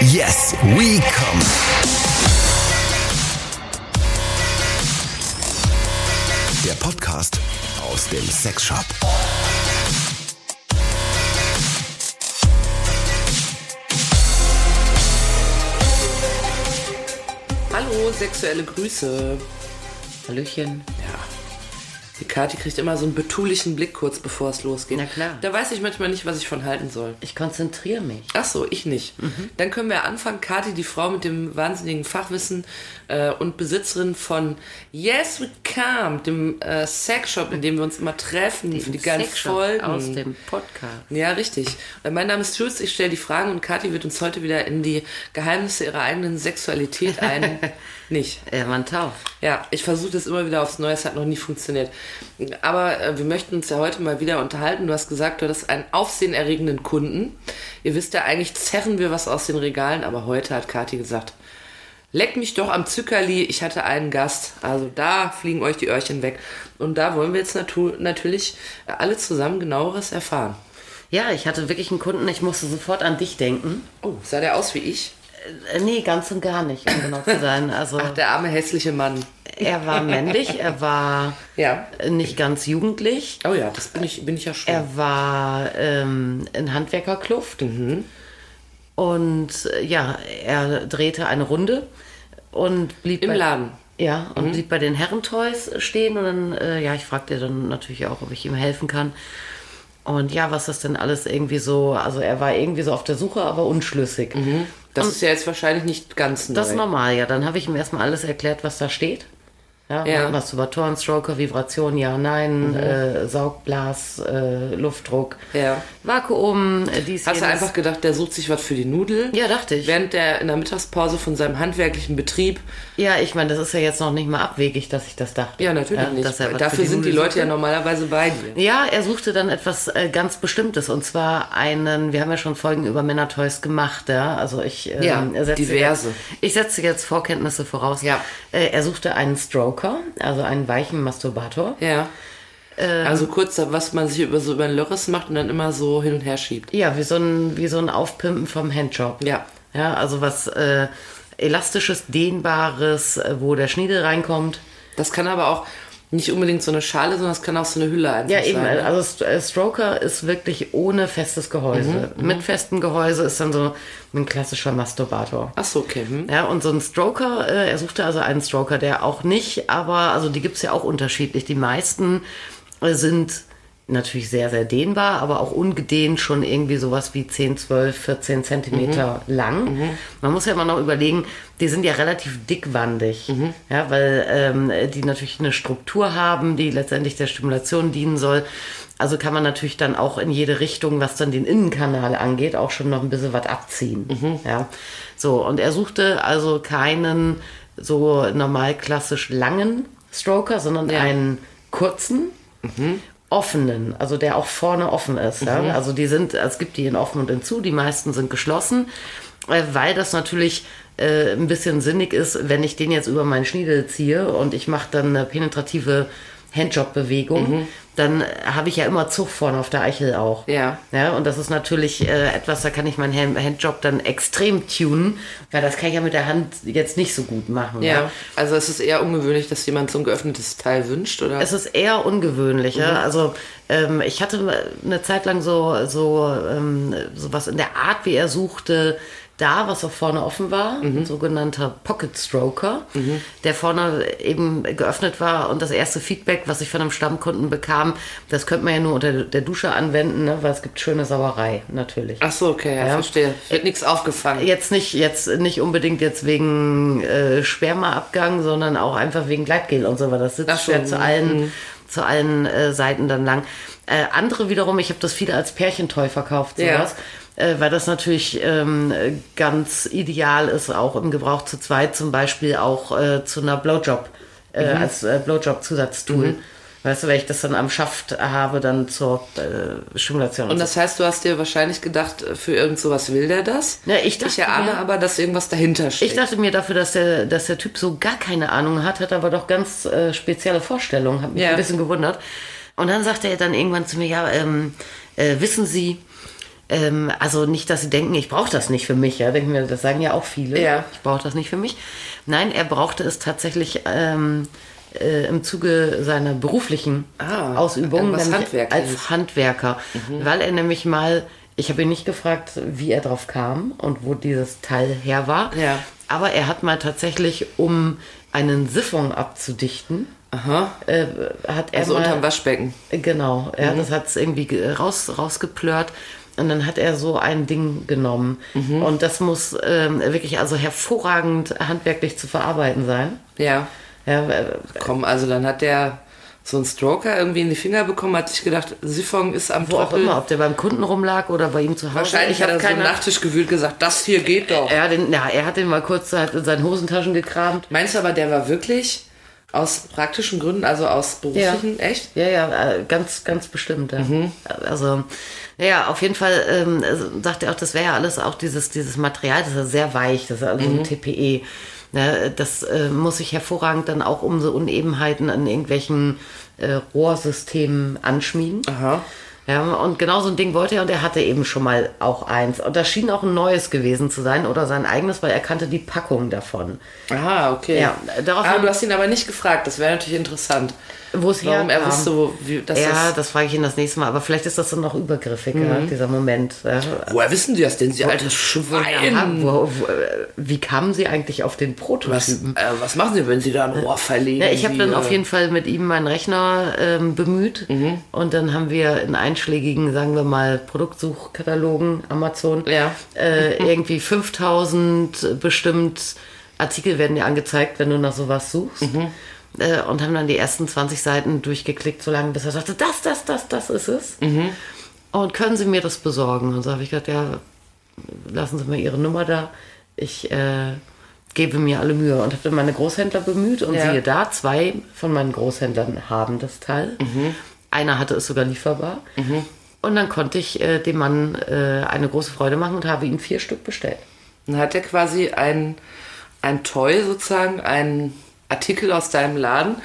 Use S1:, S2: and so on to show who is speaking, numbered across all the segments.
S1: Yes, we come. Der Podcast aus dem Sexshop.
S2: Hallo, sexuelle Grüße.
S3: Hallöchen.
S2: Ja. Die Kathi kriegt immer so einen betulichen Blick kurz bevor es losgeht.
S3: Na klar.
S2: Da weiß ich manchmal nicht, was ich von halten soll.
S3: Ich konzentriere mich.
S2: Ach so, ich nicht.
S3: Mhm.
S2: Dann können wir anfangen. Kathi, die Frau mit dem wahnsinnigen Fachwissen äh, und Besitzerin von Yes We Come, dem äh, Sexshop, in dem wir uns immer treffen, für die ganzen
S3: Sexshop
S2: Folgen.
S3: Aus dem Podcast.
S2: Ja, richtig. Äh, Mein Name ist Jules, ich stelle die Fragen und Kathi wird uns heute wieder in die Geheimnisse ihrer eigenen Sexualität ein. nicht.
S3: Äh, man tauf.
S2: Ja, ich versuche das immer wieder aufs Neue, es hat noch nie funktioniert. Aber äh, wir möchten uns ja heute mal wieder unterhalten. Du hast gesagt, du hattest einen aufsehenerregenden Kunden. Ihr wisst ja, eigentlich zerren wir was aus den Regalen, aber heute hat Kathi gesagt, leck mich doch am Zückerli, ich hatte einen Gast. Also da fliegen euch die Öhrchen weg. Und da wollen wir jetzt natu natürlich äh, alle zusammen genaueres erfahren.
S3: Ja, ich hatte wirklich einen Kunden, ich musste sofort an dich denken.
S2: Oh, sah der aus wie ich?
S3: Äh, nee, ganz und gar nicht, um genau zu sein. Also,
S2: Ach, der arme, hässliche Mann.
S3: er war männlich, er war
S2: Ja.
S3: äh, nicht ganz jugendlich,
S2: Oh ja, das bin ich, bin ich ja schon.
S3: er war ähm, in Handwerkerkluft.
S2: Mhm.
S3: Und äh, ja, er drehte eine Runde und blieb
S2: Im
S3: bei-
S2: Laden.
S3: Ja, und
S2: Mhm.
S3: blieb bei den Herrentoys stehen und dann, äh, ja, ich fragte dann natürlich auch, ob ich ihm helfen kann. Und ja, was das denn alles irgendwie so, also er war irgendwie so auf der Suche, aber unschlüssig.
S2: Das ist ja jetzt wahrscheinlich nicht ganz neu.
S3: Das ist normal, ja. Dann habe ich ihm erstmal alles erklärt, was da steht. Ja,
S2: Ja. Mhm.
S3: Masturbatoren, Stroker, Vibration, ja, nein, äh, Saugblas, äh, Luftdruck,
S2: Ja.
S3: Vakuum, äh, dies,
S2: Hast du
S3: jenes.
S2: einfach gedacht, der sucht sich was für die Nudel?
S3: Ja, dachte ich.
S2: Während der in der Mittagspause von seinem handwerklichen Betrieb.
S3: Ja, ich meine, das ist ja jetzt noch nicht mal abwegig, dass ich das dachte.
S2: Ja, natürlich nicht.
S3: dass er was für
S2: Dafür sind die
S3: Nudel
S2: Leute ja normalerweise bei dir.
S3: Ja, er suchte dann etwas äh, ganz Bestimmtes und zwar einen, wir haben ja schon Folgen über Männertoys gemacht, ja, also ich ähm,
S2: Ja,
S3: setze
S2: diverse.
S3: Jetzt, ich setze jetzt Vorkenntnisse voraus.
S2: Ja.
S3: Äh, er suchte einen Stroker, also einen weichen Masturbator.
S2: Ja. also kurz, was man sich über so über den Lörres macht und dann immer so hin und her schiebt.
S3: Ja, wie so ein, wie so ein Aufpimpen vom Handjob.
S2: Ja.
S3: Ja, also was äh, elastisches, dehnbares, äh, wo der Schniedel reinkommt.
S2: Das kann aber auch nicht unbedingt so eine Schale, sondern es kann auch so eine Hülle einfach
S3: Ja,
S2: sein.
S3: eben.
S2: ne?
S3: Also St- äh, Stroker ist wirklich ohne festes
S2: Mhm,
S3: Gehäuse. Mit festem Gehäuse ist dann so ein klassischer Masturbator.
S2: Ach so, okay. Hm.
S3: Ja, und so ein Stroker, äh, er suchte also einen Stroker, der auch nicht, aber also die gibt's ja auch unterschiedlich. Die meisten äh, sind natürlich sehr, sehr dehnbar, aber auch ungedehnt schon irgendwie sowas wie 10, 12, 14 Zentimeter lang. Man muss ja immer noch überlegen, die sind ja relativ dickwandig, ja, weil ähm, die natürlich eine Struktur haben, die letztendlich der Stimulation dienen soll. Also kann man natürlich dann auch in jede Richtung, was dann den Innenkanal angeht, auch schon noch ein bisschen was abziehen. Ja. So, und er suchte also keinen so normal klassisch langen Stroker, sondern einen kurzen, offenen, also der auch vorne offen ist. Ja? Also die sind, es gibt die in offen und in zu, die meisten sind geschlossen, äh, weil das natürlich äh, ein bisschen sinnig ist, wenn ich den jetzt über meinen Schniedel ziehe und ich mache dann eine penetrative Handjob-Bewegung, dann äh, habe ich ja immer Zug vorne auf der Eichel auch.
S2: Ja.
S3: ja Ne? und das ist natürlich äh, etwas, da kann ich meinen Hand- Handjob dann extrem tunen, weil das kann ich ja mit der Hand jetzt nicht so gut machen. ne?
S2: Ja. Also es ist eher ungewöhnlich, dass jemand so ein geöffnetes Teil wünscht, oder?
S3: Es ist eher ungewöhnlich. Ja? Also ähm, ich hatte eine Zeit lang so so ähm, sowas in der Art, wie er suchte, da, was auch vorne offen war, ein sogenannter Pocket Stroker, der vorne eben geöffnet war. Und das erste Feedback, was ich von einem Stammkunden bekam, das könnte man ja nur unter der Dusche anwenden, ne? weil es gibt schöne Sauerei natürlich.
S2: Ach so, okay, ja,
S3: Ja.
S2: verstehe. Wird nichts aufgefangen.
S3: Jetzt nicht, jetzt nicht unbedingt jetzt wegen äh, Spermaabgang, sondern auch einfach wegen Gleitgel und so weiter. Das
S2: Ach
S3: sitzt
S2: so, mhm.
S3: ja zu allen, zu allen äh, Seiten dann lang. Äh, andere wiederum, ich habe das viele als Pärchentoy verkauft,
S2: Ja.
S3: sowas. Äh, weil das natürlich ähm, ganz ideal ist, auch im Gebrauch zu zweit, zum Beispiel auch äh, zu einer Blowjob, äh,
S2: Mhm.
S3: als äh, Blowjob-Zusatztool. Weißt du, wenn ich das dann am Schaft habe, dann zur äh, Stimulation.
S2: Und
S3: so.
S2: das heißt, du hast dir wahrscheinlich gedacht, äh, für irgend sowas will der das?
S3: Ja, ich dachte
S2: ich erahne
S3: mir-
S2: aber, dass irgendwas dahinter
S3: Ich
S2: steckt.
S3: dachte mir dafür, dass der, dass der Typ so gar keine Ahnung hat, hat aber doch ganz äh, spezielle Vorstellungen, hat mich
S2: Ja.
S3: ein bisschen gewundert. Und dann sagte er dann irgendwann zu mir, ja, ähm, äh, wissen Sie, äh, Ähm, also nicht, dass sie denken, ich brauche das nicht für mich. Ja, denken wir, das sagen ja auch viele.
S2: Ja.
S3: Ich brauche das nicht für mich. Nein, er brauchte es tatsächlich ähm, äh, im Zuge seiner beruflichen
S2: Ah,
S3: Ausübung
S2: irgendwas
S3: nämlich
S2: Handwerkliches.
S3: als Handwerker,
S2: Mhm.
S3: weil er nämlich mal, ich habe ihn nicht gefragt, wie er drauf kam und wo dieses Teil her war,
S2: Ja.
S3: aber er hat mal tatsächlich, um einen Siphon abzudichten,
S2: Aha.
S3: äh, hat
S2: Ah.
S3: er
S2: Also
S3: mal,
S2: unterm Mhm. Waschbecken.
S3: Genau, ja, das hat es irgendwie ge- raus, rausgeplört. Und dann hat er so ein Ding genommen.
S2: Mhm.
S3: Und das muss ähm, wirklich also hervorragend handwerklich zu verarbeiten sein.
S2: Ja.
S3: Ja, äh,
S2: Komm, also dann hat der so einen Stroker irgendwie in die Finger bekommen, hat sich gedacht, Siphon ist am
S3: wo auch
S2: Trottel.
S3: immer, ob der beim Kunden rumlag oder bei ihm zu Hause.
S2: Wahrscheinlich hat
S3: hab
S2: er so einen Nachtisch gewühlt gesagt, das hier geht doch.
S3: er, hat den, na, er hat den mal kurz hat in seinen Hosentaschen gekramt.
S2: Meinst du aber, der war wirklich aus praktischen Gründen, also aus beruflichen, echt?
S3: Ja, ja, äh, ganz, ganz bestimmt. Ja.
S2: Mhm.
S3: Also, ja, auf jeden Fall ähm, also sagt er auch, das wäre ja alles auch dieses, dieses Material, das ist ja sehr weich, das ist also
S2: Mhm.
S3: ein TPE. Ne, das äh, muss sich hervorragend dann auch um so Unebenheiten an irgendwelchen äh, Rohrsystemen anschmieden.
S2: Aha.
S3: Ja, und genau so ein Ding wollte er und er hatte eben schon mal auch eins. Und das schien auch ein neues gewesen zu sein oder sein eigenes, weil er kannte die Packung davon.
S2: Aha, okay.
S3: Ja, daraufhin-
S2: ah, du hast ihn aber nicht gefragt, das wäre natürlich interessant.
S3: Wo es
S2: Warum er
S3: herkam.
S2: wusste, wo, wie, dass
S3: ja, das,
S2: das...
S3: frage ich ihn das nächste Mal. Aber vielleicht ist das dann noch übergriffig, ja, dieser Moment. Ja.
S2: Woher wissen die das denn, sie altes
S3: Ja,
S2: Mhm. Schwein?
S3: wo, wo, äh, wie kamen Sie eigentlich auf den
S2: Was,
S3: Prototypen?
S2: äh, was machen sie, wenn sie da ein Rohr verlegen?
S3: Ja, ich habe
S2: Sie,
S3: dann
S2: äh,
S3: auf jeden Fall mit ihm meinen Rechner ähm, bemüht
S2: Mhm.
S3: und dann haben wir in einschlägigen, sagen wir mal, Produktsuchkatalogen, Amazon,
S2: Ja.
S3: äh, irgendwie 5000 bestimmt Artikel werden dir angezeigt, wenn du nach sowas suchst.
S2: Mhm.
S3: Äh, und haben dann die ersten 20 Seiten durchgeklickt, so lange, bis er sagte, das, das, das, das ist es.
S2: Mhm.
S3: Und können Sie mir das besorgen? Und so habe ich gesagt, ja, lassen Sie mal Ihre Nummer da. Ich äh, gebe mir alle Mühe und habe dann meine Großhändler bemüht und
S2: Ja.
S3: siehe da, zwei von meinen Großhändlern haben das Teil. Einer hatte es sogar lieferbar. Und dann konnte ich äh, dem Mann äh, eine große Freude machen und habe ihm vier Stück bestellt.
S2: Dann hat er quasi ein, ein Toy sozusagen, einen Artikel aus deinem Laden,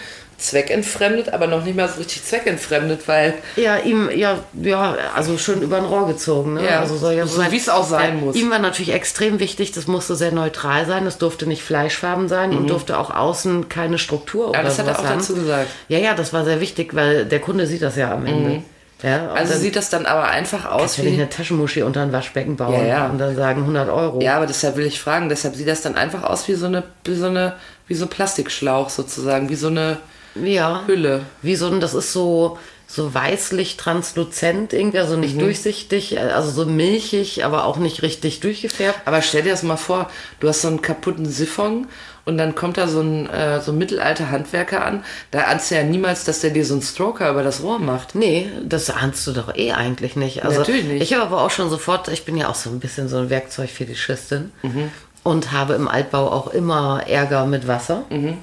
S2: zweckentfremdet, aber noch nicht mal so richtig zweckentfremdet, weil
S3: Ja, ihm, ja, ja, also schön über ein Rohr gezogen. Ne?
S2: Ja,
S3: also soll ja
S2: so wie es auch sein
S3: Ja,
S2: muss.
S3: Ihm war natürlich extrem wichtig, das musste sehr neutral sein, das durfte nicht fleischfarben sein und durfte auch außen keine Struktur oder
S2: Mhm. das hat er
S3: sowas
S2: auch
S3: haben.
S2: dazu gesagt.
S3: Ja, ja, das war sehr wichtig, weil der Kunde sieht das ja am Ende. Ja, und
S2: Also
S3: dann
S2: sieht das dann aber einfach aus
S3: kann ich
S2: wie.
S3: eine Taschenmuschi unter ein Waschbecken bauen
S2: Ja, ja.
S3: und dann sagen 100 Euro.
S2: Ja, aber deshalb will ich fragen, deshalb sieht das dann einfach aus wie so eine, wie so eine, wie so ein Plastikschlauch sozusagen, wie so eine
S3: ja.
S2: Hülle.
S3: Wie so ein, das ist so, so weißlich transluzent irgendwie, also
S2: Mhm.
S3: nicht durchsichtig, also so milchig, aber auch nicht richtig durchgefärbt.
S2: Aber stell dir das mal vor, du hast so einen kaputten Siphon und dann kommt da so ein, äh, so ein mittelalter Handwerker an. Da ahnst du ja niemals, dass der dir so einen Stroker über das Rohr macht.
S3: Nee, das ahnst du doch eh eigentlich nicht. Also
S2: Natürlich nicht.
S3: Ich habe aber auch schon sofort, ich bin ja auch so ein bisschen so ein Werkzeugfetischistin
S2: Mhm.
S3: und habe im Altbau auch immer Ärger mit Wasser.
S2: Mhm.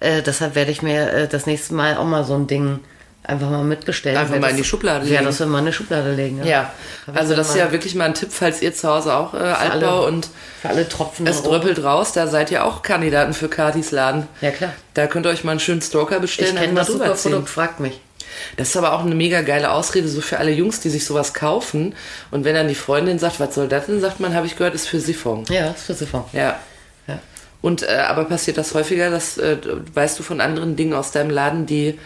S3: Äh, deshalb werde ich mir äh, das nächste Mal auch mal so ein Ding einfach mal mitbestellen.
S2: Einfach
S3: Wer
S2: mal in
S3: das-
S2: die Schublade
S3: Ja,
S2: legen.
S3: das wir mal in die Schublade legen.
S2: Ja,
S3: Hab ich
S2: also
S3: dann
S2: das ist
S3: mal
S2: ja wirklich mal ein Tipp, falls ihr zu Hause auch äh,
S3: für alle-
S2: Altbau und
S3: für alle Tropfen.
S2: es
S3: Euro.
S2: dröppelt raus, da seid ihr auch Kandidaten für Katis Laden.
S3: Ja, klar.
S2: Da könnt ihr euch mal einen schönen Stroker bestellen.
S3: Ich
S2: dann
S3: kenne das
S2: mal
S3: super
S2: rüberziehen.
S3: Produkt, fragt mich.
S2: Das ist aber auch eine mega geile Ausrede, so für alle Jungs, die sich sowas kaufen. Und wenn dann die Freundin sagt, was soll das denn, sagt man, habe ich gehört, ist für Siphon.
S3: Ja, ist für Siphon.
S2: Ja.
S3: Ja.
S2: Und äh, aber passiert das häufiger, dass äh, weißt du von anderen Dingen aus deinem Laden, die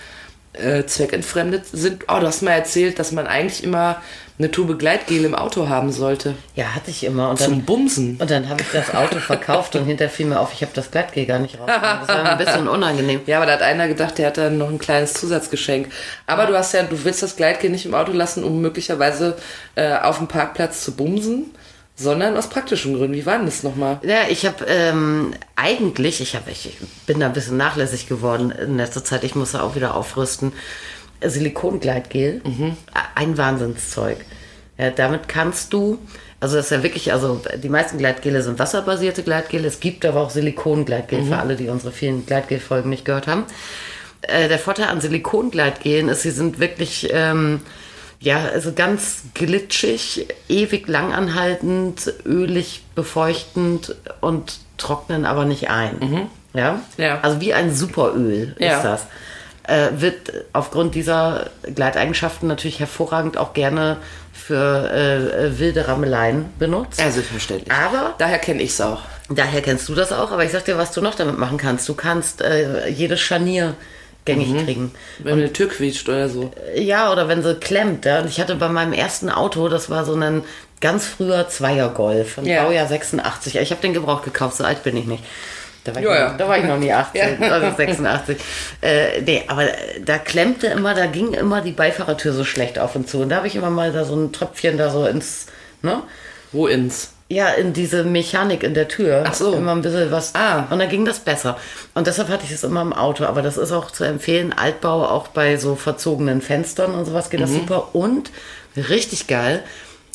S2: äh, zweckentfremdet sind? Oh, du hast mal erzählt, dass man eigentlich immer eine Tube Gleitgel im Auto haben sollte.
S3: Ja, hatte ich immer. Und dann,
S2: Zum Bumsen.
S3: Und dann habe ich das Auto verkauft und hinterher fiel mir auf, ich habe das Glattgel gar nicht rausgenommen. Das war mir ein bisschen unangenehm.
S2: Ja, aber da hat einer gedacht, der hat dann noch ein kleines Zusatzgeschenk. Aber du hast ja, du willst das Gleitgel nicht im Auto lassen, um möglicherweise äh, auf dem Parkplatz zu bumsen, sondern aus praktischen Gründen. Wie war denn das nochmal?
S3: Ja, ich habe ähm, eigentlich, ich, hab, ich bin da ein bisschen nachlässig geworden in letzter Zeit. Ich muss da auch wieder aufrüsten. Silikongleitgel, ein Wahnsinnszeug. Ja, damit kannst du, also das ist ja wirklich, also die meisten Gleitgele sind wasserbasierte Gleitgele. Es gibt aber auch Silikongleitgel für alle, die unsere vielen Gleitgelfolgen nicht gehört haben. Äh, der Vorteil an Silikongleitgelen ist, sie sind wirklich ähm, ja, also ganz glitschig, ewig langanhaltend, ölig befeuchtend und trocknen aber nicht ein. Ja?
S2: Mhm. Ja.
S3: Also wie ein Superöl
S2: Ja.
S3: ist das. äh, wird aufgrund dieser Gleiteigenschaften natürlich hervorragend auch gerne für äh, wilde Rammeleien benutzt.
S2: Ja, selbstverständlich.
S3: Aber
S2: Ah, Daher kenne ich es auch.
S3: Daher kennst du das auch, aber ich sag dir, was du noch damit machen kannst. Du kannst äh, jedes Scharnier gängig
S2: Mhm.
S3: kriegen.
S2: Wenn mir eine Tür quietscht oder so.
S3: Ja, oder wenn sie klemmt. Ja. Und ich hatte bei meinem ersten Auto, das war so ein ganz früher Zweier-Golf, ein
S2: Ja.
S3: Baujahr 86. Ich habe den gebraucht gekauft, so alt bin ich nicht. Da war ich,
S2: Ja,
S3: noch,
S2: ja.
S3: Da war ich noch nie 18,
S2: Ja.
S3: also 86. Äh, nee, aber da klemmte immer, da ging immer die Beifahrertür so schlecht auf und zu. Und da habe ich immer mal da so ein Tröpfchen da so ins, ne?
S2: Wo ins?
S3: Ja, in diese Mechanik in der Tür.
S2: Ach so.
S3: Immer ein bisschen was.
S2: Ah.
S3: Und dann ging das besser. Und deshalb hatte ich es immer im Auto. Aber das ist auch zu empfehlen. Altbau, auch bei so verzogenen Fenstern und sowas geht
S2: Mhm.
S3: das super. Und richtig geil,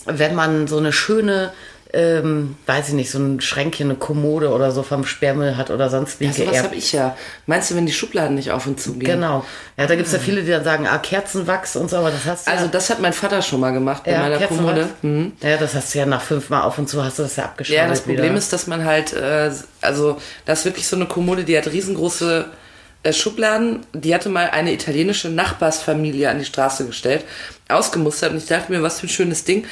S3: wenn man so eine schöne, ähm, weiß ich nicht, so ein Schränkchen, eine Kommode oder so vom Sperrmüll hat oder sonst wie.
S2: Ja, sowas
S3: geerbt.
S2: habe ich ja. Meinst du, wenn die Schubladen nicht auf und zu gehen?
S3: Genau. Ja, da gibt's ja viele, die dann sagen, ah, Kerzenwachs und so, aber das hast du
S2: Also
S3: ja,
S2: das hat mein Vater schon mal gemacht bei
S3: ja,
S2: meiner
S3: Kerzenwachs.
S2: Kommode. Hm.
S3: Ja, das hast du ja nach fünfmal auf und zu hast du das ja abgeschnitten.
S2: Ja, das Problem ist, dass man halt, äh, also das ist wirklich so eine Kommode, die hat riesengroße äh, Schubladen. Die hatte mal eine italienische Nachbarsfamilie an die Straße gestellt, ausgemustert und ich dachte mir, was für ein schönes Ding.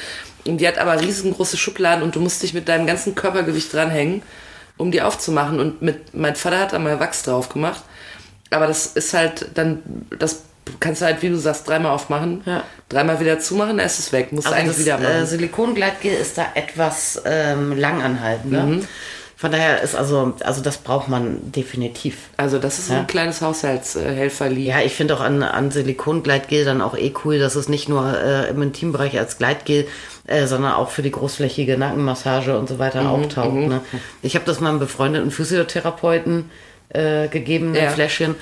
S2: Und die hat aber riesengroße Schubladen und du musst dich mit deinem ganzen Körpergewicht dranhängen, um die aufzumachen. Und mit mein Vater hat da mal Wachs drauf gemacht. Aber das ist halt dann, das kannst du halt, wie du sagst, dreimal aufmachen,
S3: Ja.
S2: dreimal wieder zumachen, dann ist es weg. Musst du
S3: Aber
S2: eigentlich
S3: das
S2: wieder machen.
S3: äh, Silikongleitgel ist da etwas ähm, langanhaltender.
S2: Mhm.
S3: Von daher ist also, also das braucht man definitiv.
S2: Also das ist so ein kleines Haushaltshelferlied.
S3: Ja, ich finde auch an, an Silikongleitgel dann auch eh cool, dass es nicht nur äh, im Intimbereich als Gleitgel, äh, sondern auch für die großflächige Nackenmassage und so
S2: Mhm,
S3: weiter auch taugt. Ne? Ich habe das meinem befreundeten Physiotherapeuten äh, gegeben,
S2: Ja.
S3: ein Fläschchen.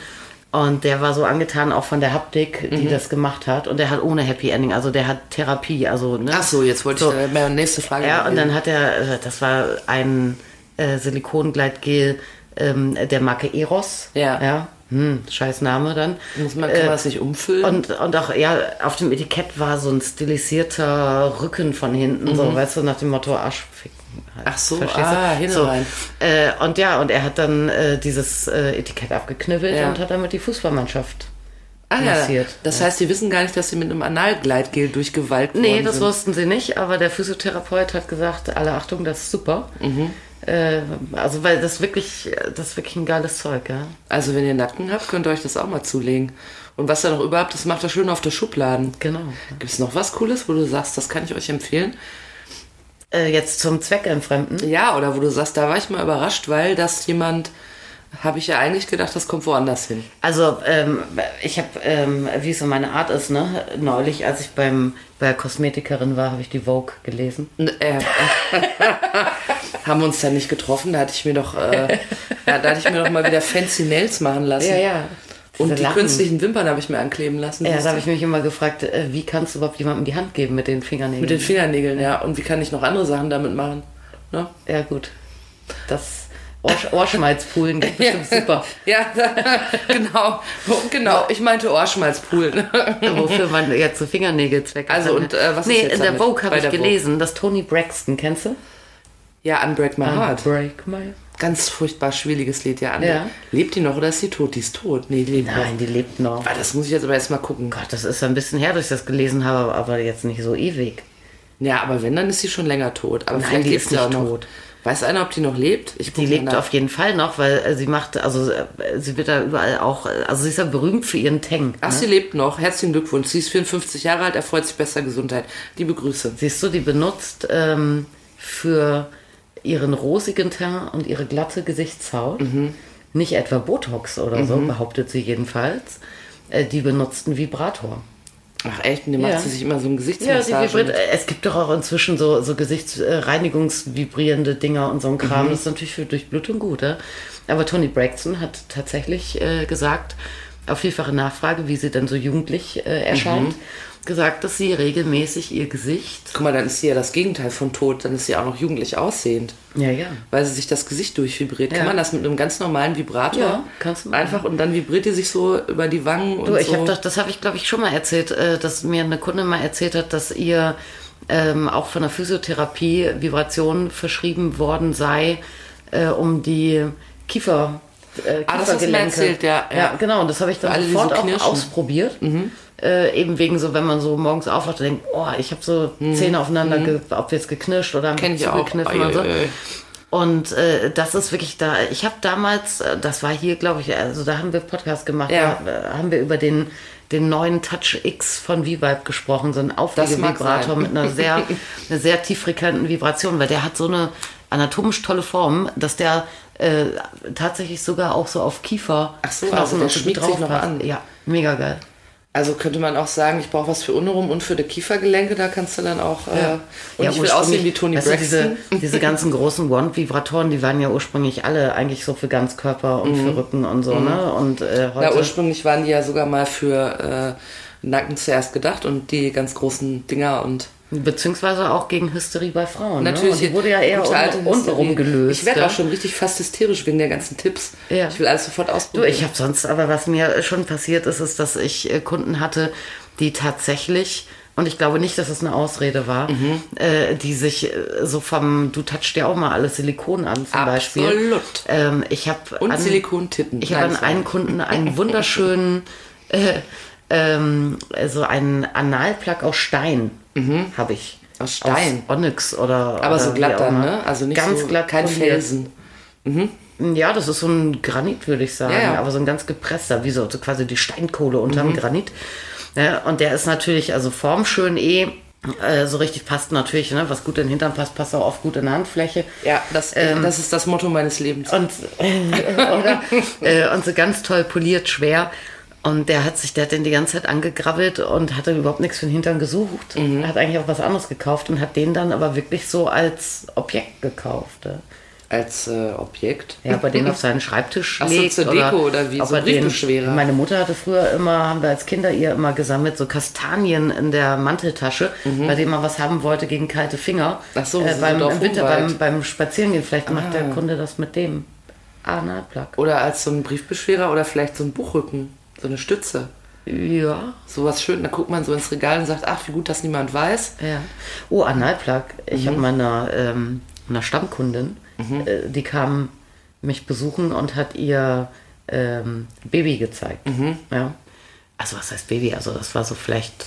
S3: Und der war so angetan auch von der Haptik,
S2: Mhm.
S3: die das gemacht hat. Und der hat ohne Happy Ending, also der hat Therapie. Also, ne?
S2: Ach so, jetzt wollte
S3: So.
S2: ich äh, meine nächste Frage.
S3: Ja, und dann hat er, äh, das war ein äh, Silikongleitgel ähm, der Marke Eros.
S2: Ja.
S3: ja. Hm, scheiß Name dann. Äh,
S2: muss man kann man das nicht umfüllen.
S3: Und, und auch, ja, auf dem Etikett war so ein stilisierter Rücken von hinten, so, weißt du, nach dem Motto Arschficken. Halt,
S2: Mhm. Ach so,
S3: verstehst du?
S2: ah, hin und rein.
S3: Äh, und ja, und er hat dann äh, dieses äh, Etikett abgeknibbelt
S2: Ja.
S3: und hat damit die Fußballmannschaft
S2: ah,
S3: massiert.
S2: Das heißt, die wissen gar nicht, dass sie mit einem Analgleitgel durchgewalt worden
S3: Nee, das
S2: sind.
S3: wussten sie nicht, aber der Physiotherapeut hat gesagt, alle Achtung, das ist super.
S2: Mhm.
S3: Äh, also, weil das wirklich, das ist wirklich ein geiles Zeug, ja.
S2: Also wenn ihr Nacken habt, könnt ihr euch das auch mal zulegen. Und was da noch überhaupt, das macht er schön auf der Schubladen.
S3: Genau.
S2: Gibt es noch was Cooles, wo du sagst, das kann ich euch empfehlen?
S3: Äh, jetzt zum Zweckentfremden.
S2: Ja, oder wo du sagst, da war ich mal überrascht, weil das jemand, habe ich ja eigentlich gedacht, das kommt woanders hin.
S3: Also, ähm, ich habe, ähm, wie es so meine Art ist, ne, neulich, als ich beim, bei der Kosmetikerin war, habe ich die Vogue gelesen.
S2: N- Äh, äh, haben wir uns dann nicht getroffen, da hatte ich mir doch, äh, ja, da hatte ich mir doch mal wieder fancy Nails machen lassen. Und die
S3: Lachen.
S2: künstlichen Wimpern habe ich mir ankleben lassen.
S3: Ja, da
S2: Siehst
S3: habe ich mich immer gefragt, äh, wie kannst du überhaupt jemandem die Hand geben mit den Fingernägeln?
S2: du? mit den Fingernägeln, ja. Und wie kann ich noch andere Sachen damit machen? Ne?
S3: ja, gut. Das Ohrsch Ohrschmalzpulen geht bestimmt super.
S2: Ja, genau. Genau, ich meinte Ohrschmalzpoolen.
S3: Wofür man jetzt so Fingernägelzwecke
S2: Also,
S3: hat.
S2: und, äh, was ist
S3: Nee,
S2: jetzt
S3: in der
S2: damit?
S3: Vogue
S2: Bei
S3: habe ich
S2: der Vogue.
S3: gelesen, dass Tony Braxton, kennst du?
S2: Ja, Unbreak My
S3: Ah.
S2: Heart.
S3: Break my...
S2: Ganz furchtbar schwieriges Lied, ja. Unbreak-
S3: Ja.
S2: Lebt die noch oder ist sie tot? Die ist tot. Nee, die lebt
S3: Nein,
S2: noch.
S3: die lebt noch.
S2: Ah, Das muss ich jetzt aber erst mal gucken.
S3: Gott, das ist ein bisschen her, dass ich das gelesen habe, aber jetzt nicht so ewig.
S2: Ja, aber wenn, dann ist sie schon länger tot. Aber
S3: Nein,
S2: vielleicht
S3: die
S2: lebt
S3: ist
S2: sie auch
S3: nicht
S2: noch.
S3: tot.
S2: Weiß einer, ob die noch lebt? Ich
S3: Die
S2: guck
S3: lebt
S2: mal nach.
S3: auf jeden Fall noch, weil äh, sie macht, also äh, sie wird da überall auch, äh, also sie ist ja berühmt für ihren Tang.
S2: Ach,
S3: ne?
S2: sie lebt noch. Herzlichen Glückwunsch. Sie ist 54 Jahre alt, erfreut sich besser Gesundheit. Liebe Grüße.
S3: Siehst du, die benutzt ähm, für ihren rosigen Teint und ihre glatte Gesichtshaut
S2: Mhm.
S3: nicht etwa Botox oder so, behauptet sie jedenfalls. Äh, die benutzt einen Vibrator.
S2: Ach echt, und dann macht
S3: Ja.
S2: sie sich immer so ein
S3: Ja, die
S2: Gesichtsmassage.
S3: vibriert. Äh, Es gibt doch auch inzwischen so, so gesichtsreinigungsvibrierende Dinger und so ein Kram. Das ist natürlich für Durchblutung gut. Ja? Aber Toni Braxton hat tatsächlich äh, gesagt, auf vielfache Nachfrage, wie sie dann so jugendlich äh, erscheint, gesagt, dass sie regelmäßig ihr Gesicht.
S2: Guck mal, dann ist sie ja das Gegenteil von tot. Dann ist sie auch noch jugendlich aussehend,
S3: Ja, ja.
S2: weil sie sich das Gesicht durchvibriert.
S3: Ja.
S2: Kann man das mit einem ganz normalen Vibrator?
S3: Ja, kannst du machen.
S2: Einfach und dann vibriert die sich so über die Wangen und
S3: Du, ich
S2: so.
S3: habe doch, das habe ich glaube ich schon mal erzählt, äh, dass mir eine Kundin mal erzählt hat, dass ihr ähm, auch von der Physiotherapie Vibration verschrieben worden sei, äh, um die Kiefer äh,
S2: Ah, das hast du mir
S3: Kiefergelenke.
S2: erzählt, ja, ja.
S3: genau. Und das habe ich dann
S2: Für alle, die
S3: sofort
S2: so
S3: auch
S2: knirschen. Mhm.
S3: ausprobiert. Äh, eben wegen so, wenn man so morgens aufwacht und denkt, oh, ich habe so Zähne aufeinander, ge ob jetzt geknirscht oder
S2: Mhm. Kenn ich auch.
S3: zugekniffen und so.
S2: Eieiei.
S3: Und äh, das ist wirklich da. Ich habe damals, äh, das war hier, glaube ich, also da haben wir Podcast gemacht,
S2: Ja.
S3: da äh, haben wir über den, den neuen Touch X von V-Vibe gesprochen, so ein
S2: mag
S3: Auflegevibrator
S2: sein.
S3: mit einer sehr, einer sehr tieffrequenten Vibration, weil der hat so eine anatomisch tolle Form, dass der äh, tatsächlich sogar auch so auf Kiefer
S2: Ach so, also der
S3: so gut
S2: schmiegt sich noch
S3: draufpasst.
S2: an.
S3: Ja, mega geil.
S2: Also könnte man auch sagen, ich brauche was für untenrum und für die Kiefergelenke, da kannst du dann auch. Äh, und ich will
S3: ursprünglich-
S2: aussehen wie Tony
S3: weißt du,
S2: Braxton.
S3: Diese, diese ganzen großen Wand-Vibratoren, die waren ja ursprünglich alle eigentlich so für Ganzkörper und
S2: Mhm.
S3: für Rücken und so, ne? Und äh,
S2: Na,
S3: heute.
S2: ursprünglich waren die ja sogar mal für äh, Nacken zuerst gedacht und die ganz großen Dinger und
S3: beziehungsweise auch gegen Hysterie bei Frauen.
S2: natürlich
S3: ne? Und die wurde ja eher
S2: gute alte
S3: un untenrum
S2: Hysterie.
S3: gelöst.
S2: Ich werde
S3: ja?
S2: auch schon richtig fast hysterisch wegen der ganzen Tipps.
S3: Ja.
S2: Ich will alles sofort
S3: Du,
S2: ausprobieren.
S3: ich habe sonst, aber was mir schon passiert ist, ist, dass ich äh, Kunden hatte, die tatsächlich, und ich glaube nicht, dass es eine Ausrede war,
S2: Mhm.
S3: äh, die sich äh, so vom, du touchst dir auch mal alles Silikon an zum Beispiel.
S2: Absolut.
S3: Ähm, ich habe
S2: und
S3: an-
S2: Silikon tippen.
S3: Ich habe an einen Kunden einen wunderschönen, äh, ähm, also einen Analplug aus Stein habe ich.
S2: Mhm. Aus Stein?
S3: Aus Onyx oder.
S2: aber
S3: oder
S2: so
S3: wie auch
S2: glatt dann,
S3: immer.
S2: ne? Also nicht
S3: ganz
S2: so,
S3: glatt
S2: kein
S3: poliert.
S2: Felsen.
S3: Ja, das ist so ein Granit, würde ich sagen.
S2: Ja, ja. Mhm.
S3: Aber so ein ganz gepresster, wie so so quasi die Steinkohle unterm Granit. Ja, und der ist natürlich, also formschön eh. äh, So richtig passt natürlich, ne? was gut in den Hintern passt, passt auch oft gut in die Handfläche.
S2: Ja, das, das ist das Motto meines Lebens.
S3: Ähm. und, oder? Äh, und so ganz toll poliert, schwer. Und der hat sich, der hat den die ganze Zeit angegrabbelt und hatte überhaupt nichts für den Hintern gesucht.
S2: Mhm.
S3: Hat eigentlich auch was anderes gekauft und hat den dann aber wirklich so als Objekt gekauft. Ja,
S2: Als äh, Objekt.
S3: ja, ob er den auf seinen Schreibtisch
S2: Ach so,
S3: legt.
S2: zur Deko oder wie,
S3: ob
S2: so
S3: er den-
S2: Briefbeschwerer.
S3: Meine Mutter hatte früher immer, haben wir als Kinder ihr immer gesammelt, so Kastanien in der Manteltasche, bei dem man was haben wollte gegen kalte Finger.
S2: Mhm.
S3: Äh,
S2: Ach so, so
S3: beim,
S2: Dorf
S3: im Winter, beim,
S2: Humboldt.
S3: beim Spazierengehen. Vielleicht macht der Kunde das mit dem. Ah, na, Plug.
S2: Oder als so ein Briefbeschwerer oder vielleicht so ein Buchrücken, so eine Stütze.
S3: Ja,
S2: Sowas schön, da guckt man so ins Regal und sagt, ach, wie gut, dass niemand weiß.
S3: ja. Oh, Analplug. Ich
S2: Mhm.
S3: habe meiner ähm, einer Stammkundin, äh, die kam mich besuchen und hat ihr ähm, Baby gezeigt.
S2: Mhm.
S3: Ja. Also was heißt Baby? Also das war so vielleicht.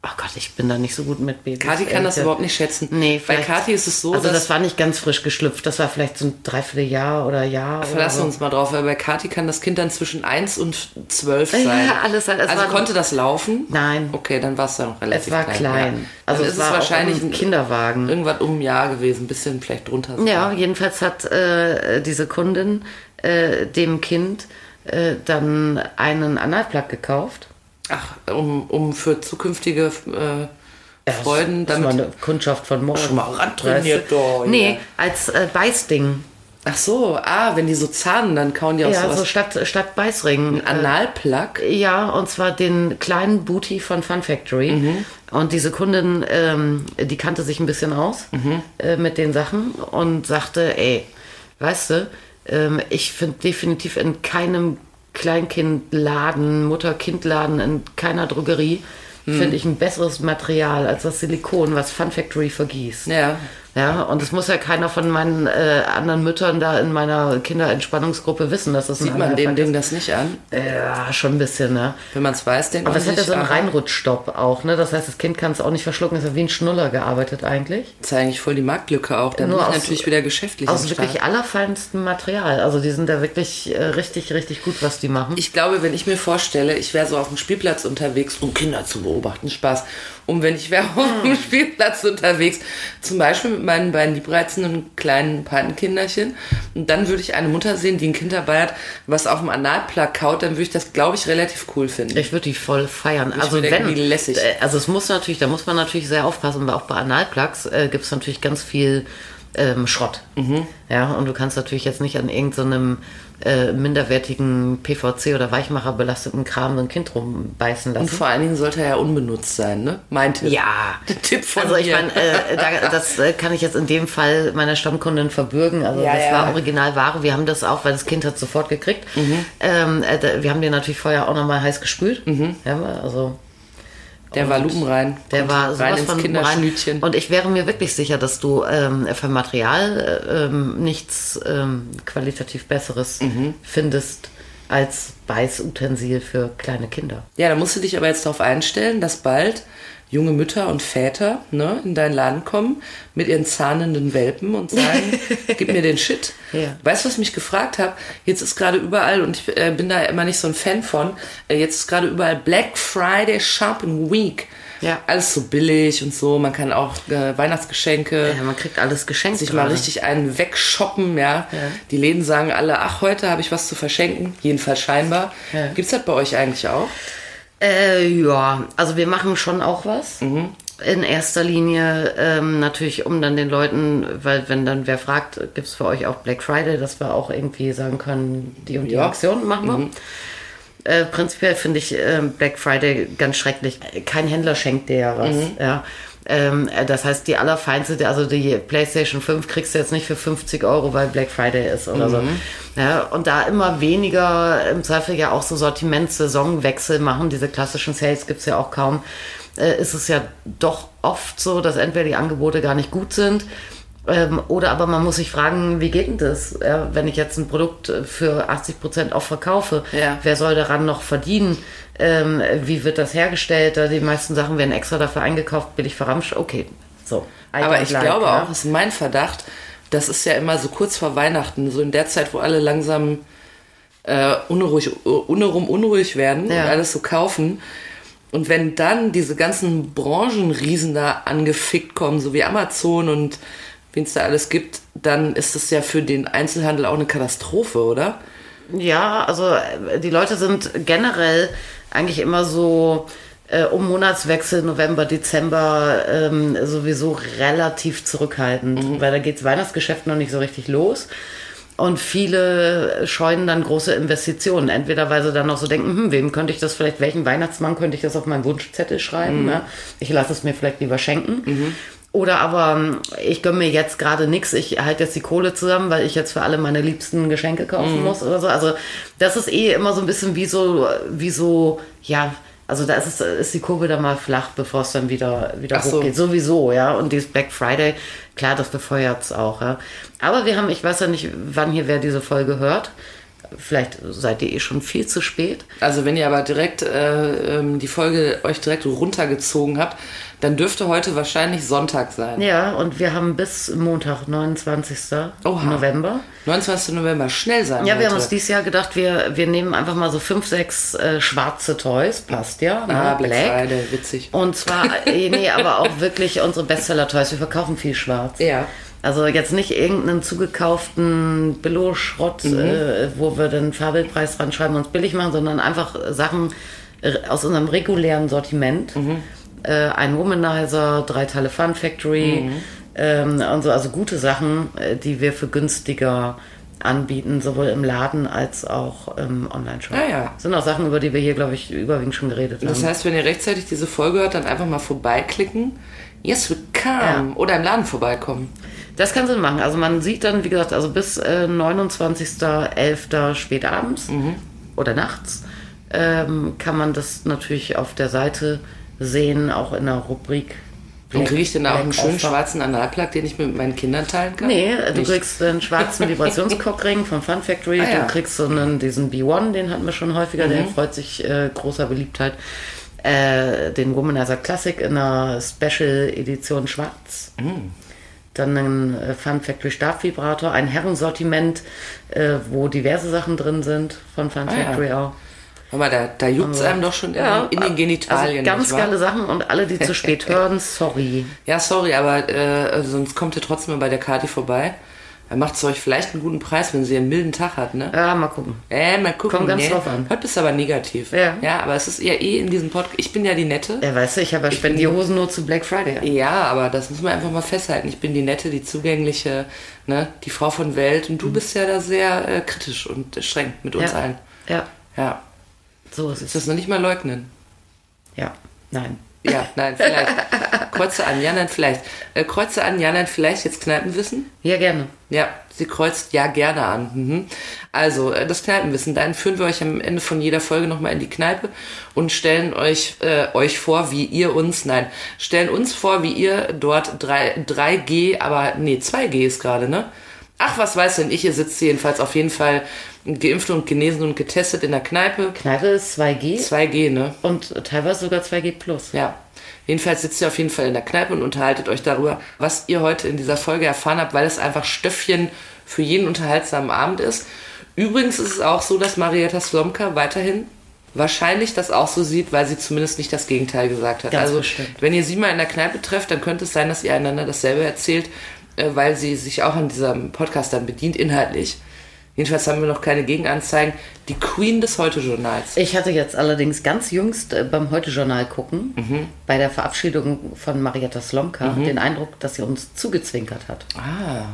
S3: Oh Gott, ich bin da nicht so gut mit Babys.
S2: Kathi kann
S3: ehrlich
S2: das
S3: gesagt.
S2: überhaupt nicht schätzen.
S3: Nee,
S2: Bei
S3: vielleicht-
S2: Kathi ist es so,
S3: Also
S2: dass.
S3: das war nicht ganz frisch geschlüpft. Das war vielleicht so ein Dreivierteljahr oder Jahr.
S2: Verlassen wir
S3: oder so.
S2: uns mal drauf, weil bei Kathi kann das Kind dann zwischen 1 und 12 sein.
S3: Ja, alles halt, es
S2: also
S3: war-
S2: konnte das laufen?
S3: Nein.
S2: Okay, dann war es dann noch relativ
S3: Es war klein.
S2: ja.
S3: Also
S2: dann
S3: es
S2: ist
S3: war
S2: es
S3: auch
S2: wahrscheinlich
S3: ein
S2: ein
S3: Kinderwagen.
S2: Irgendwas um ein Jahr gewesen, ein bisschen vielleicht drunter. sogar.
S3: Ja, jedenfalls hat äh, diese Kundin äh, dem Kind äh, dann einen Analplug gekauft.
S2: Ach, um, um für zukünftige äh,
S3: Das
S2: Freuden,
S3: ist mal
S2: damit.
S3: eine Kundschaft von morgen.
S2: Schon mal rantrainiert
S3: Weißt du?
S2: doch, hier.
S3: Äh, Nee, als äh, Beißding.
S2: Ach so, ah, wenn die so zahnen, dann kauen die auch
S3: Ja,
S2: sowas.
S3: so statt, statt Beißring. äh,
S2: Analplug.
S3: Ja, und zwar den kleinen Booty von Fun Factory.
S2: Mhm.
S3: Und diese Kundin, ähm, die kannte sich ein bisschen aus
S2: Mhm.
S3: äh, mit den Sachen und sagte, ey, weißt du, ähm, ich finde definitiv in keinem Kleinkindladen, Mutter-Kind-Laden, in keiner Drogerie,
S2: Mhm.
S3: finde ich ein besseres Material als das Silikon, was Fun Factory vergießt.
S2: Ja.
S3: Ja, und es muss ja keiner von meinen äh, anderen Müttern da in meiner Kinderentspannungsgruppe wissen, dass das ein
S2: Sieht man dem
S3: Analpha-
S2: Ding das nicht an?
S3: Ja, schon ein bisschen, ne?
S2: Wenn man es weiß, denkt
S3: Aber
S2: man
S3: es hat ja
S2: sich, ah,
S3: so einen
S2: aber
S3: Reinrutschstopp auch, ne? Das heißt, das Kind kann es auch nicht verschlucken. Es hat wie ein Schnuller gearbeitet eigentlich.
S2: Das ist eigentlich voll die Marktlücke auch. Da bin
S3: Nur
S2: ich
S3: aus-
S2: natürlich wieder geschäftlich
S3: Aus
S2: am Start.
S3: wirklich allerfeinstem Material. Also die sind da wirklich äh, richtig, richtig gut, was die machen.
S2: Ich glaube, wenn ich mir vorstelle, ich wäre so auf dem Spielplatz unterwegs, um Kinder zu beobachten, Spaß. Und wenn ich wäre auf
S3: Hm.
S2: dem Spielplatz unterwegs, zum Beispiel mit meinen beiden liebreizenden kleinen Patenkinderchen, und dann würde ich eine Mutter sehen, die ein Kind dabei hat, was auf dem Analplug kaut, dann würde ich das, glaube ich, relativ cool finden.
S3: Ich würde die voll feiern. also
S2: mir denken,
S3: wenn,
S2: wie lässig.
S3: äh, also es muss natürlich, da muss man natürlich sehr aufpassen, weil auch bei Analplugs äh, gibt es natürlich ganz viel ähm, Schrott.
S2: Mhm.
S3: Ja, und du kannst natürlich jetzt nicht an irgendeinem äh, minderwertigen PVC oder Weichmacher belasteten Kram so ein Kind rumbeißen lassen.
S2: Und vor allen Dingen sollte er ja unbenutzt sein, ne? Mein Tipp.
S3: Ja.
S2: Tipp von
S3: Also ich
S2: mir.
S3: meine, äh, da, das äh, kann ich jetzt in dem Fall meiner Stammkundin verbürgen. Also
S2: Ja,
S3: das
S2: ja.
S3: war Originalware. Wir haben das auch, weil das Kind hat sofort gekriegt. Ähm, äh, da- wir haben den natürlich vorher auch nochmal heiß gespült. Ja, also
S2: Der war lupenrein.
S3: Der
S2: Kommt
S3: war sowas
S2: rein ins
S3: von
S2: Kinderschnütchen.
S3: rein. Und ich wäre mir wirklich sicher, dass du ähm, für Material äh, ähm, nichts ähm, qualitativ Besseres findest als Beißutensil für kleine Kinder.
S2: Ja, da musst du dich aber jetzt darauf einstellen, dass bald junge Mütter und Väter ne, in deinen Laden kommen mit ihren zahnenden Welpen und sagen, gib mir den Shit.
S3: Ja.
S2: Weißt du, was ich mich gefragt habe? Jetzt ist gerade überall, und ich äh, bin da immer nicht so ein Fan von, äh, jetzt ist gerade überall Black Friday Shopping Week.
S3: Ja.
S2: Alles so billig und so, man kann auch äh, Weihnachtsgeschenke
S3: Ja, man kriegt alles geschenkt.
S2: sich mal
S3: gerade.
S2: richtig einen wegshoppen, ja. Die Läden sagen alle, ach, heute habe ich was zu verschenken. Jedenfalls scheinbar.
S3: Ja.
S2: Gibt's das bei euch eigentlich auch?
S3: Äh, ja, also wir machen schon auch was. In erster Linie ähm, natürlich, um dann den Leuten, weil wenn dann wer fragt, gibt's für euch auch Black Friday, dass wir auch irgendwie sagen können, die und die
S2: Ja.
S3: Aktion machen wir. Äh, prinzipiell finde ich ähm, Black Friday ganz schrecklich. Kein Händler schenkt dir ja was. Ja. Ähm, äh, das heißt, die allerfeinste, also die PlayStation 5 kriegst du jetzt nicht für 50 Euro, weil Black Friday ist oder so. Ja, und da immer weniger im Zweifel ja auch so Sortimentssaisonwechsel machen, diese klassischen Sales gibt's ja auch kaum, äh, ist es ja doch oft so, dass entweder die Angebote gar nicht gut sind ähm, oder aber man muss sich fragen, wie geht denn das, ja, wenn ich jetzt ein Produkt äh, für 80% auch verkaufe?
S2: Ja.
S3: Wer soll daran noch verdienen? Ähm, wie wird das hergestellt? Da Die meisten Sachen werden extra dafür eingekauft, billig verramscht. Okay, so. I
S2: Aber
S3: don't
S2: ich
S3: like, ne?
S2: glaube
S3: ja.
S2: auch, ist mein Verdacht, das ist ja immer so kurz vor Weihnachten, so in der Zeit, wo alle langsam äh, unruhig, unrum unruhig werden
S3: Ja.
S2: und alles so kaufen. Und wenn dann diese ganzen Branchenriesen da angefickt kommen, so wie Amazon und wen es da alles gibt, dann ist das ja für den Einzelhandel auch eine Katastrophe, oder?
S3: Ja, also äh, die Leute sind generell eigentlich immer so äh, um Monatswechsel, November, Dezember ähm, sowieso relativ zurückhaltend, weil da geht's Weihnachtsgeschäft noch nicht so richtig los. Und viele scheuen dann große Investitionen. Entweder weil sie dann noch so denken, hm, wem könnte ich das vielleicht, welchen Weihnachtsmann könnte ich das auf meinen Wunschzettel schreiben? Ne? Ich lasse es mir vielleicht lieber schenken. Oder aber ähm, ich gönne mir jetzt gerade nichts, ich halte jetzt die Kohle zusammen, weil ich jetzt für alle meine liebsten Geschenke
S2: Mhm.
S3: kaufen muss oder so. Also das ist eh immer so ein bisschen wie so, wie so, ja, also da ist, es, ist die Kurve dann mal flach, bevor es dann wieder, wieder
S2: Ach so.
S3: hochgeht. Sowieso, ja. Und dieses Black Friday, klar, das befeuert es auch, ja. Aber wir haben, ich weiß ja nicht, wann hier wer diese Folge hört. Vielleicht seid ihr eh schon viel zu spät.
S2: Also wenn ihr aber direkt äh, ähm, die Folge euch direkt runtergezogen habt, dann dürfte heute wahrscheinlich Sonntag sein.
S3: Ja, und wir haben bis Montag, 29.
S2: Oha.
S3: November.
S2: 29. November, schnell sein.
S3: Ja, wir
S2: Leute.
S3: haben uns dieses Jahr gedacht, wir, wir nehmen einfach mal so fünf, sechs äh, schwarze Toys, passt ja. ne?
S2: Ah, Black, Friday, witzig.
S3: Und zwar, äh, nee, aber auch wirklich unsere Bestseller-Toys. Wir verkaufen viel schwarz.
S2: Ja.
S3: Also jetzt nicht irgendeinen zugekauften Billo-Schrott,
S2: Mhm.
S3: äh, wo wir den Fabelpreis dran schreiben und uns billig machen, sondern einfach äh, Sachen äh, aus unserem regulären Sortiment.
S2: Mhm.
S3: Äh, ein Womanizer, drei Teile Fun Factory
S2: Mhm.
S3: ähm, und so, also gute Sachen, äh, die wir für günstiger anbieten, sowohl im Laden als auch im Online-Shop.
S2: Ah, ja.
S3: Das sind auch Sachen, über die wir hier, glaube ich, überwiegend schon geredet haben.
S2: Das heißt, wenn ihr rechtzeitig diese Folge hört, dann einfach mal vorbeiklicken. Yes, we come.
S3: Ja.
S2: Oder im Laden vorbeikommen.
S3: Das kann Sinn machen. Also man sieht dann, wie gesagt, also bis äh, 29.11. spätabends
S2: Mhm.
S3: oder nachts ähm, kann man das natürlich auf der Seite sehen, auch in der Rubrik.
S2: Dann kriege ich denn auch
S3: Black
S2: einen schönen
S3: Offer.
S2: schwarzen Analplug, den ich mit meinen Kindern teilen kann?
S3: Nee, äh, du
S2: Nicht.
S3: kriegst einen schwarzen Vibrationskockring von Fun Factory,
S2: Ah, ja. Mhm.
S3: du kriegst so einen, diesen B1, den hatten wir schon häufiger, der freut sich äh, großer Beliebtheit. Äh, den Womanizer Classic in einer Special Edition schwarz.
S2: Mhm.
S3: Dann einen äh, Fun Factory Stabvibrator, ein Herrensortiment, äh, wo diverse Sachen drin sind von Fun
S2: Ah, ja.
S3: Factory auch.
S2: Hör mal, da, da juckt es einem doch schon in, in den Genitalien.
S3: Also ganz
S2: nicht wahr?
S3: geile Sachen und alle, die zu spät hören, sorry.
S2: Ja, sorry, aber äh, sonst kommt ihr trotzdem mal bei der Kati vorbei. Dann macht es euch vielleicht einen guten Preis, wenn sie einen milden Tag hat, ne?
S3: Ja, mal gucken.
S2: Äh, mal gucken.
S3: Kommt ganz
S2: ne?
S3: drauf an.
S2: Heute bist du aber negativ.
S3: Ja.
S2: Ja, aber es ist ja eh in diesem Podcast. Ich bin ja die Nette. Äh,
S3: Ja, weißt du, ich habe ja spende die Hosen nur zu Black Friday.
S2: Ja, aber das muss man einfach mal festhalten. Ich bin die Nette, die Zugängliche, ne? die Frau von Welt. Und du bist ja da sehr äh, kritisch und streng mit uns allen.
S3: Mhm. Ja,
S2: Ja.
S3: so ist es.
S2: Ist das noch nicht mal leugnen?
S3: Ja, nein.
S2: Ja, nein, vielleicht. Kreuze an, ja, nein, vielleicht. Äh, Kreuze an, ja, nein, vielleicht. Jetzt Kneipenwissen.
S3: Ja, gerne.
S2: Ja, sie kreuzt ja gerne an. Mhm. Also, äh, das Kneipenwissen. Dann führen wir euch am Ende von jeder Folge nochmal in die Kneipe und stellen euch, äh, euch vor, wie ihr uns, nein, stellen uns vor, wie ihr dort 3, 3G, aber nee, 2G ist gerade, ne? Ach, was weiß denn ich, ihr sitzt jedenfalls auf jeden Fall geimpft und genesen und getestet in der Kneipe.
S3: Kneipe ist 2G
S2: 2G, ne?
S3: und teilweise sogar 2G plus.
S2: Ja. Jedenfalls sitzt ihr auf jeden Fall in der Kneipe und unterhaltet euch darüber, was ihr heute in dieser Folge erfahren habt, weil es einfach Stöffchen für jeden unterhaltsamen Abend ist. Übrigens ist es auch so, dass Marietta Slomka weiterhin wahrscheinlich das auch so sieht, weil sie zumindest nicht das Gegenteil gesagt hat.
S3: Ganz
S2: also
S3: bestimmt.
S2: wenn ihr sie mal in der Kneipe trefft, dann könnte es sein, dass ihr einander dasselbe erzählt, äh, weil sie sich auch an diesem Podcast dann bedient, inhaltlich. Jedenfalls haben wir noch keine Gegenanzeigen. Die Queen des Heute-Journals.
S3: Ich hatte jetzt allerdings ganz jüngst äh, beim Heute-Journal gucken,
S2: Mhm.
S3: bei der Verabschiedung von Marietta Slomka, den Eindruck, dass sie uns zugezwinkert hat.
S2: Ah,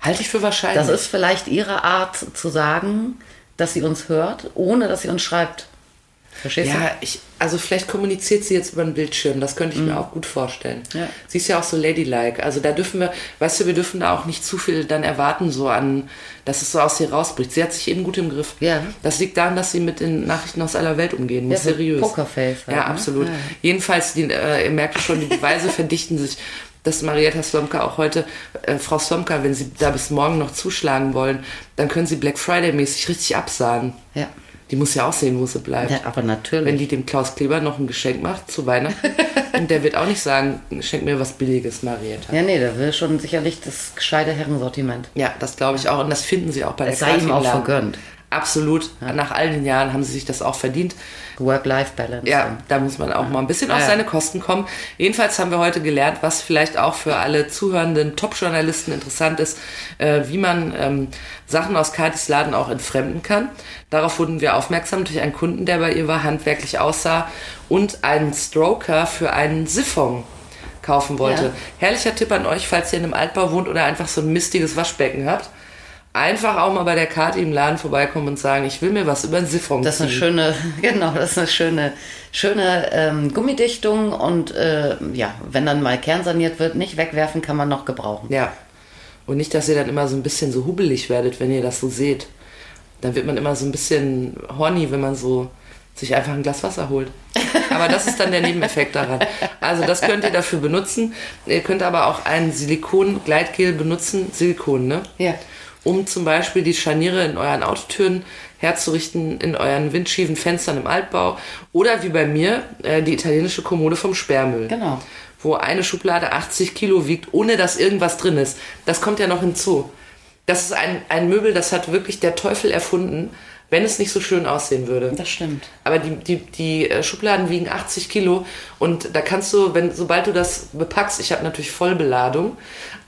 S2: halte ich für wahrscheinlich.
S3: Das ist vielleicht ihre Art zu sagen, dass sie uns hört, ohne dass sie uns schreibt. Verstehst
S2: Ja, ich, also vielleicht kommuniziert sie jetzt über den Bildschirm, das könnte ich mir auch gut vorstellen.
S3: Mhm. Ja.
S2: Sie ist ja auch so ladylike. Also da dürfen wir, weißt du, wir dürfen da auch nicht zu viel dann erwarten, so an, dass es so aus ihr rausbricht. Sie hat sich eben gut im Griff.
S3: Ja.
S2: Das liegt daran, dass sie mit den Nachrichten aus aller Welt umgehen muss.
S3: Ja, so
S2: seriös.
S3: Pokerface halt,
S2: ja,
S3: ne?
S2: absolut.
S3: Ja.
S2: Jedenfalls, die, äh, ihr merkt schon, die Beweise verdichten sich. Dass Marietta Slomka auch heute, äh, Frau Slomka, wenn Sie da bis morgen noch zuschlagen wollen, dann können Sie Black Friday-mäßig richtig absahnen.
S3: du? Ja.
S2: Die muss ja auch sehen, wo sie bleibt.
S3: ja. Aber
S2: äh, Wenn
S3: natürlich.
S2: die dem Klaus Kleber noch ein Geschenk macht zu Weihnachten. und der wird auch nicht sagen, schenk mir was Billiges, Marietta.
S3: Ja, nee, da will schon sicherlich das gescheite Herrensortiment.
S2: Ja, das glaube ich auch. Und das finden sie auch bei
S3: Es sei ihm
S2: Kati im
S3: auch
S2: Laden.
S3: vergönnt.
S2: Absolut. Nach all den Jahren haben sie sich das auch verdient.
S3: Work-Life-Balance.
S2: Ja, da muss man auch mal ein bisschen auf
S3: Ja.
S2: seine Kosten kommen. Jedenfalls haben wir heute gelernt, was vielleicht auch für alle zuhörenden Top-Journalisten interessant ist, äh, wie man ähm, Sachen aus Katis Laden auch entfremden kann. Darauf wurden wir aufmerksam durch einen Kunden, der bei ihr war, handwerklich aussah und einen Stroker für einen Siphon kaufen wollte.
S3: Ja.
S2: Herrlicher Tipp an euch, falls ihr in einem Altbau wohnt oder einfach so ein mistiges Waschbecken habt. Einfach auch mal bei der Kati im Laden vorbeikommen und sagen, ich will mir was über einen Siphon
S3: Das ist eine schöne, genau, das ist eine schöne, schöne ähm, Gummidichtung und äh, ja, wenn dann mal kernsaniert wird, nicht wegwerfen, kann man noch gebrauchen.
S2: Ja. Und nicht, dass ihr dann immer so ein bisschen so hubbelig werdet, wenn ihr das so seht. Dann wird man immer so ein bisschen horny, wenn man so sich einfach ein Glas Wasser holt. Aber das ist dann der Nebeneffekt daran. Also das könnt ihr dafür benutzen. Ihr könnt aber auch einen Silikon-Gleitgel benutzen. Silikon, ne?
S3: Ja.
S2: Um zum Beispiel die Scharniere in euren Autotüren herzurichten, in euren windschiefen Fenstern im Altbau oder wie bei mir äh, die italienische Kommode vom Sperrmüll
S3: Genau.
S2: wo eine Schublade 80 Kilo wiegt, ohne dass irgendwas drin ist. Das kommt ja noch hinzu. Das ist ein, ein Möbel, das hat wirklich der Teufel erfunden, wenn es nicht so schön aussehen würde.
S3: Das stimmt.
S2: Aber die, die, die äh, Schubladen wiegen 80 Kilo und da kannst du, wenn sobald du das bepackst, ich habe natürlich Vollbeladung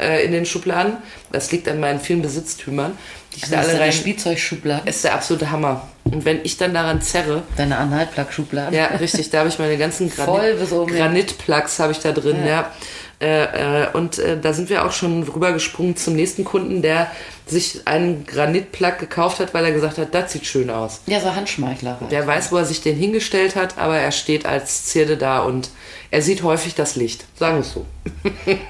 S2: äh, in den Schubladen, das liegt an meinen vielen Besitztümern, die ich
S3: Also
S2: da alle rein...
S3: Spielzeugschubladen,
S2: Ist der absolute Hammer. Und wenn ich dann daran zerre,
S3: deine Anhaltplug-Schubladen.
S2: ja, richtig. Da habe ich meine ganzen
S3: Voll
S2: Granit
S3: bis oben hin.
S2: Granitplugs habe ich da drin, ja. Äh, äh, und äh, da sind wir auch schon rübergesprungen zum nächsten Kunden, der sich einen Granitplug gekauft hat, weil er gesagt hat, das sieht schön aus.
S3: Ja, so Handschmeichler. halt.
S2: Wer weiß, wo er sich den hingestellt hat, aber er steht als Zierde da und er sieht häufig das Licht. Sagen wir es so.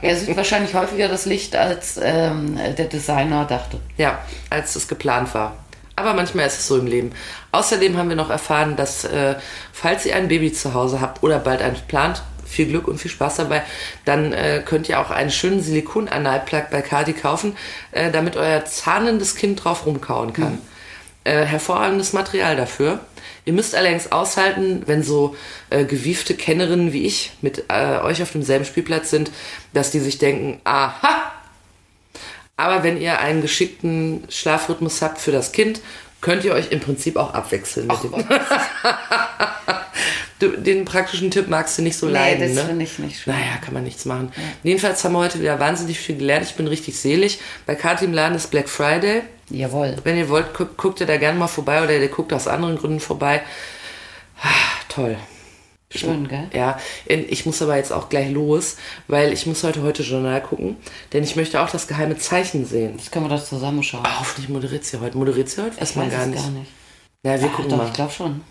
S3: Er sieht wahrscheinlich häufiger das Licht, als ähm, der Designer dachte.
S2: Ja, als es geplant war. Aber manchmal ist es so im Leben. Außerdem haben wir noch erfahren, dass äh, falls ihr ein Baby zu Hause habt oder bald eins plant, viel Glück und viel Spaß dabei, dann äh, könnt ihr auch einen schönen Silikon-Analplug bei Kadi kaufen, äh, damit euer zahnendes Kind drauf rumkauen kann. Äh, hervorragendes Material dafür. Ihr müsst allerdings aushalten, wenn so äh, gewiefte Kennerinnen wie ich mit äh, euch auf demselben Spielplatz sind, dass die sich denken, aha, aber wenn ihr einen geschickten Schlafrhythmus habt für das Kind, könnt ihr euch im Prinzip auch abwechseln. Mit dem du, den praktischen Tipp magst du nicht so leiden,
S3: oh. das
S2: ne?
S3: finde ich nicht schön.
S2: Naja, kann man nichts machen. Jedenfalls haben wir heute wieder wahnsinnig viel gelernt. Ich bin richtig selig. Bei Kati im Laden ist Black Friday.
S3: Jawohl.
S2: Wenn ihr wollt, gu guckt ihr da gerne mal vorbei oder ihr guckt aus anderen Gründen vorbei. Ah, Toll.
S3: Schön, gell?
S2: Ja, in- ich muss aber jetzt auch gleich los, weil ich muss heute heute Journal gucken, denn ich möchte auch das geheime Zeichen sehen.
S3: Jetzt können wir das zusammenschauen.
S2: Ah, Hoffentlich moderiert sie heute. Moderiert sie heute? Weiß
S3: Ich
S2: man
S3: weiß
S2: gar
S3: es
S2: nicht.
S3: gar nicht.
S2: Na, wir
S3: Ach,
S2: gucken
S3: doch,
S2: mal.
S3: ich glaube schon.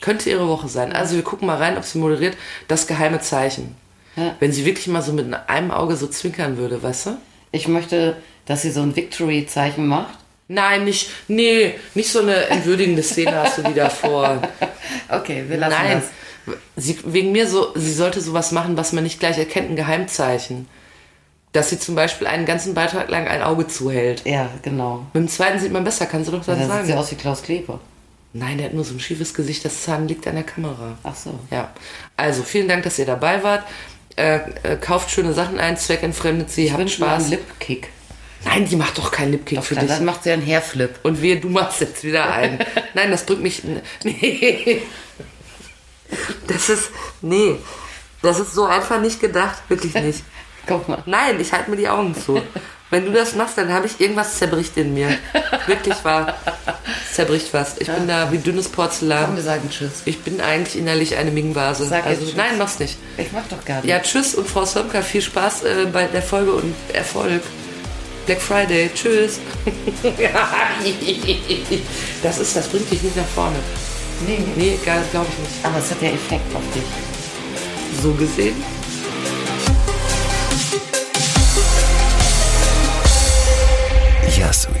S2: Könnte ihre Woche sein. Also wir gucken mal rein, ob sie moderiert. Das geheime Zeichen.
S4: Ja.
S2: Wenn sie wirklich mal so mit einem Auge so zwinkern würde, weißt du?
S4: Ich möchte, dass sie so ein Victory-Zeichen macht.
S2: Nein, nicht, nee, nicht so eine entwürdigende Szene hast du wieder vor.
S4: Okay, wir lassen
S2: Nein,
S4: das.
S2: sie, wegen mir so, sie sollte sowas machen, was man nicht gleich erkennt, ein Geheimzeichen. Dass sie zum Beispiel einen ganzen Beitrag lang ein Auge zuhält.
S4: Ja, genau.
S2: Mit dem zweiten sieht man besser, kannst du doch dann
S4: Dann sieht sie
S2: sagen.
S4: aus wie Klaus Kleber.
S2: Nein, der hat nur so ein schiefes Gesicht, das Zahn liegt an der Kamera.
S4: Ach so.
S2: Ja, also vielen Dank, dass ihr dabei wart. Äh, äh, kauft schöne Sachen ein, zweckentfremdet sie, habt
S4: Wünschen wir einen
S2: Spaß.
S4: Lipkick.
S2: Nein, die macht doch keinen Lipkick für
S4: dann-
S2: dich.
S4: dann
S3: Macht sie einen Hairflip.
S2: Und wir, du machst jetzt wieder einen. Nein, das bringt mich. Nee. Das ist. Nee. Das ist so einfach nicht gedacht. Wirklich nicht.
S4: Guck mal.
S2: Nein, ich halte mir die Augen zu. Wenn du das machst, dann habe ich irgendwas zerbricht in mir. Wirklich wahr. Es Zerbricht was. Ich bin da wie dünnes
S4: Komm,
S2: Porzellan.
S4: wir sagen Tschüss.
S2: Ich bin eigentlich innerlich eine Ming-Vase.
S4: Sag jetzt
S2: Also,
S4: Tschüss.
S2: nein, mach's nicht.
S4: Ich mach doch gar nicht.
S2: Ja, tschüss und Frau Sömker, viel Spaß äh, bei der Folge und Erfolg. Black Friday, tschüss. das ist, das bringt dich nicht nach vorne.
S4: Nee.
S2: Nee, glaube ich nicht.
S4: Aber es hat ja Effekt auf dich.
S2: So gesehen.
S1: Yes, we